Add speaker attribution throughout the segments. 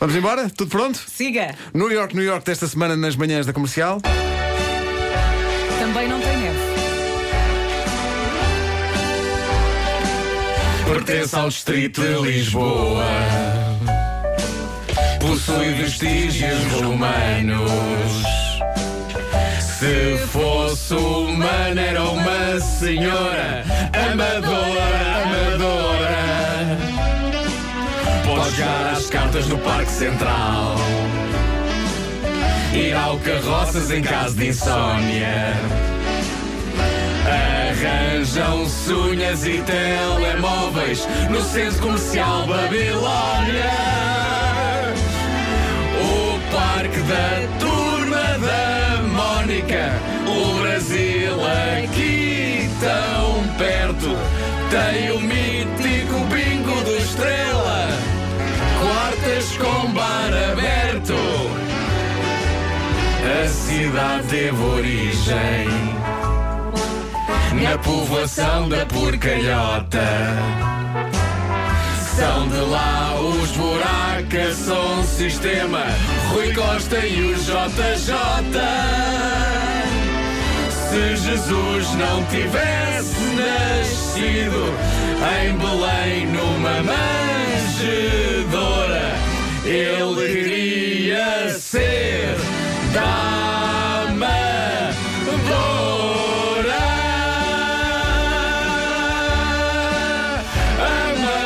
Speaker 1: Vamos embora? Tudo pronto?
Speaker 2: Siga.
Speaker 1: New York, New York desta semana nas manhãs da comercial.
Speaker 2: Também não tem neve.
Speaker 3: pertence ao distrito de Lisboa. Possui vestígios romanos. Se fosse humana, era uma senhora amadora, amadora. Pode jogar às cartas no Parque Central. Ir ao carroças em caso de insónia. Arranjam sunhas e telemóveis no centro comercial Babilónia. O parque da turma da Mónica. O Brasil aqui tão perto. Tem o mítico bingo do Estrela. Quartas com bar aberto. A cidade teve origem na povoação da porcalhota. São de lá os buracas, são um sistema, Rui Costa e o JJ. Se Jesus não tivesse nascido em Belém numa manjedoura, ele queria ser da Amadora.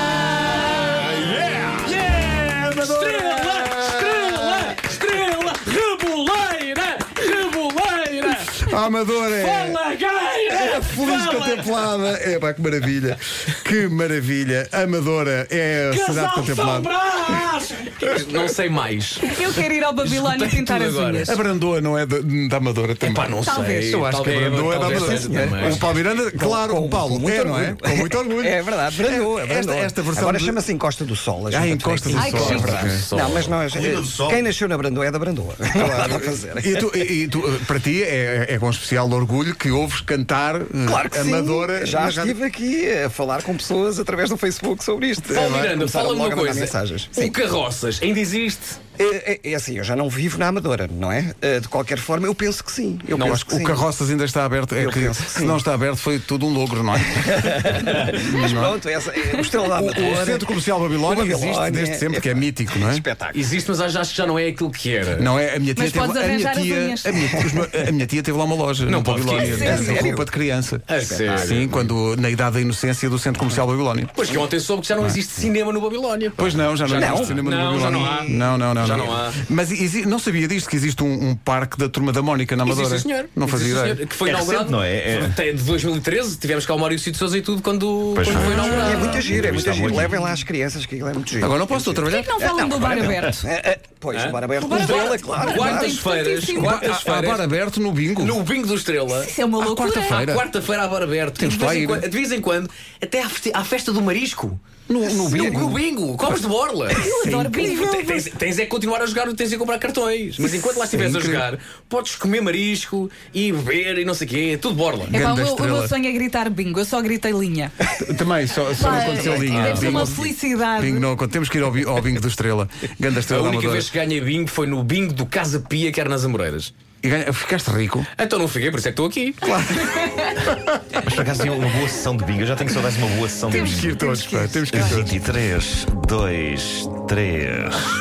Speaker 3: Amadora. Yeah! Yeah! Estrela! Estrela! Estrela! Reboleira! Reboleira!
Speaker 1: A Amadora é.
Speaker 3: Lagaira!
Speaker 1: Feliz contemplada! É pá, que maravilha! Que maravilha! Amadora é a cidade contemplada.
Speaker 3: Não sei mais.
Speaker 2: Eu quero ir ao Babilónia
Speaker 3: Escutei
Speaker 2: pintar
Speaker 3: tudo
Speaker 2: as
Speaker 3: agora.
Speaker 2: unhas.
Speaker 1: A Brandoa não é da, da Amadora também.
Speaker 3: Pá, não
Speaker 2: Talvez.
Speaker 3: sei.
Speaker 1: Eu acho que a
Speaker 3: Talvez-
Speaker 1: Brandoa é da
Speaker 3: talvez
Speaker 1: Amadora.
Speaker 3: seja, mas-
Speaker 1: O Paulo Miranda, claro, o Paulo
Speaker 4: com muito
Speaker 1: é, não é?
Speaker 4: orgulho.
Speaker 1: Com muito orgulho.
Speaker 4: É verdade, brandou, é
Speaker 1: Esta,
Speaker 4: brandou.
Speaker 1: esta versão
Speaker 4: Agora
Speaker 1: de-
Speaker 4: chama-se Encosta do Sol. a
Speaker 1: Ah,
Speaker 4: gente
Speaker 1: Encosta do
Speaker 4: tem aqui.
Speaker 2: Sol,
Speaker 4: É verdade.
Speaker 3: ok.
Speaker 4: Não, mas não é.
Speaker 5: do Sol.
Speaker 4: Quem nasceu na Brandoa é da Brandoa. Claro.
Speaker 1: E tu, e- e tu, eh, para ti é, é com especial orgulho que ouves cantar eh,
Speaker 4: Claro que sim.
Speaker 1: Amadora.
Speaker 4: Já
Speaker 1: na rádio.
Speaker 4: estive aqui a falar com pessoas através do Facebook sobre isto.
Speaker 3: Paulo
Speaker 4: Agora
Speaker 3: Miranda,
Speaker 4: começaram
Speaker 3: fala-me uma
Speaker 4: logo a mandar
Speaker 3: coisa.
Speaker 4: Mensagens.
Speaker 3: O
Speaker 4: Sim.
Speaker 3: Carroças ainda existe?
Speaker 4: É, é- é assim, eu já não vivo na Amadora, não é? Eh, De qualquer forma, eu penso que sim. Eu
Speaker 1: Não,
Speaker 4: penso
Speaker 1: acho que
Speaker 4: sim.
Speaker 1: o Carroças ainda está aberto. É
Speaker 4: Eu
Speaker 1: que,
Speaker 4: penso que
Speaker 1: se
Speaker 4: sim.
Speaker 1: não está aberto, foi tudo um logro, não é?
Speaker 4: Mas pronto, essa, eh, o Estrela da
Speaker 1: O,
Speaker 4: Amadora.
Speaker 1: o Centro Comercial Babilónia
Speaker 4: Babilónia,
Speaker 1: existe desde
Speaker 4: é-
Speaker 1: sempre, que é mítico, não é?
Speaker 4: Espetáculo.
Speaker 3: Existe, mas acho acho que já não é aquilo que era.
Speaker 1: Não é? A minha tia
Speaker 2: Mas
Speaker 1: teve,
Speaker 2: podes
Speaker 1: a minha
Speaker 2: arranjar as
Speaker 1: tia,
Speaker 2: unhas.
Speaker 1: a minha, os meus- a minha tia teve lá uma loja no
Speaker 3: pode-
Speaker 1: Babilónia,
Speaker 2: É
Speaker 1: de
Speaker 2: sério?
Speaker 1: roupa de criança.
Speaker 4: É,
Speaker 3: A sério?
Speaker 1: Sim, quando na idade da inocência do Centro Comercial Babilónia.
Speaker 3: Pois que ontem soube que já não existe cinema no Babilónia. pá.
Speaker 1: Pois não, já não,
Speaker 3: Já
Speaker 1: existe
Speaker 3: não?
Speaker 1: cinema
Speaker 3: Não,
Speaker 1: no
Speaker 3: já
Speaker 1: Babilónia.
Speaker 3: não há.
Speaker 1: Não, não, não.
Speaker 3: Já não há.
Speaker 1: Mas exi- não sabia disto, que existe um, um parque da Turma da Mónica na Amadora.
Speaker 3: Existe, sim, senhor.
Speaker 1: Não fazia
Speaker 3: Existe, sim,
Speaker 1: ideia.
Speaker 3: senhor, Que foi
Speaker 5: É
Speaker 3: inaugurado.
Speaker 5: recente, não é? É-
Speaker 3: Tem de 2013, tivemos cá o Mário Cid Souza e tudo quando,
Speaker 5: Pois
Speaker 3: quando
Speaker 5: foi.
Speaker 3: foi
Speaker 4: E é
Speaker 3: inaugurado.
Speaker 4: muito giro, é muito
Speaker 5: Está
Speaker 4: giro.
Speaker 5: muito
Speaker 4: Levem lá as crianças, que aquilo é muito giro.
Speaker 1: Agora é, não posso, estou a
Speaker 2: Porquê
Speaker 1: trabalhar.
Speaker 2: que não falam do bar aberto?
Speaker 4: É, é, Pois, o bar aberto.
Speaker 2: bar
Speaker 4: O Estrela,
Speaker 2: aberto.
Speaker 4: claro. claro.
Speaker 3: Quartas-feiras,
Speaker 2: Sim, sim.
Speaker 1: Há há bar
Speaker 3: quartas-feiras,
Speaker 1: aberto no bingo.
Speaker 3: no bingo do Estrela.
Speaker 2: Isso é uma
Speaker 1: À
Speaker 2: loucura.
Speaker 1: quarta-feira.
Speaker 3: À quarta-feira à bar aberto.
Speaker 1: Temos
Speaker 3: de, vez
Speaker 1: que lá
Speaker 3: em
Speaker 1: ir.
Speaker 3: quando, de vez em quando, até à, feste- à festa do marisco.
Speaker 1: No- no bingo.
Speaker 3: No, bingo. Cobres de borla. É
Speaker 2: Eu adoro bingo.
Speaker 3: Te- Tens, tens é que continuar a jogar, tens é que comprar cartões. Mas enquanto lá estiveres a jogar, podes comer marisco e beber e não sei o quê. Tudo borla.
Speaker 2: É pá,
Speaker 1: Grande
Speaker 2: o, meu, o meu
Speaker 1: estrela.
Speaker 2: sonho é gritar bingo, eu só gritei linha.
Speaker 1: Também, só, só não
Speaker 2: Pá,
Speaker 1: aconteceu
Speaker 2: deve
Speaker 1: linha.
Speaker 2: ser uma felicidade.
Speaker 1: Bingo não aconteceu. Temos que ir ao, bi- ao bingo do Estrela. Ganda
Speaker 3: A
Speaker 1: Estrela da
Speaker 3: única
Speaker 1: Amadora.
Speaker 3: vez que ganhei bingo foi no bingo do Casa Pia, que era nas Amoreiras.
Speaker 1: E ganha- Ficaste rico.
Speaker 3: Então não fiquei, por isso é que estou aqui.
Speaker 5: Mas por acaso tinha uma boa sessão de bingo. Eu já tenho saudades de uma boa sessão de bingo.
Speaker 1: Temos que ir todos, pá. Temos que ir todos.
Speaker 5: 23, 2, 3.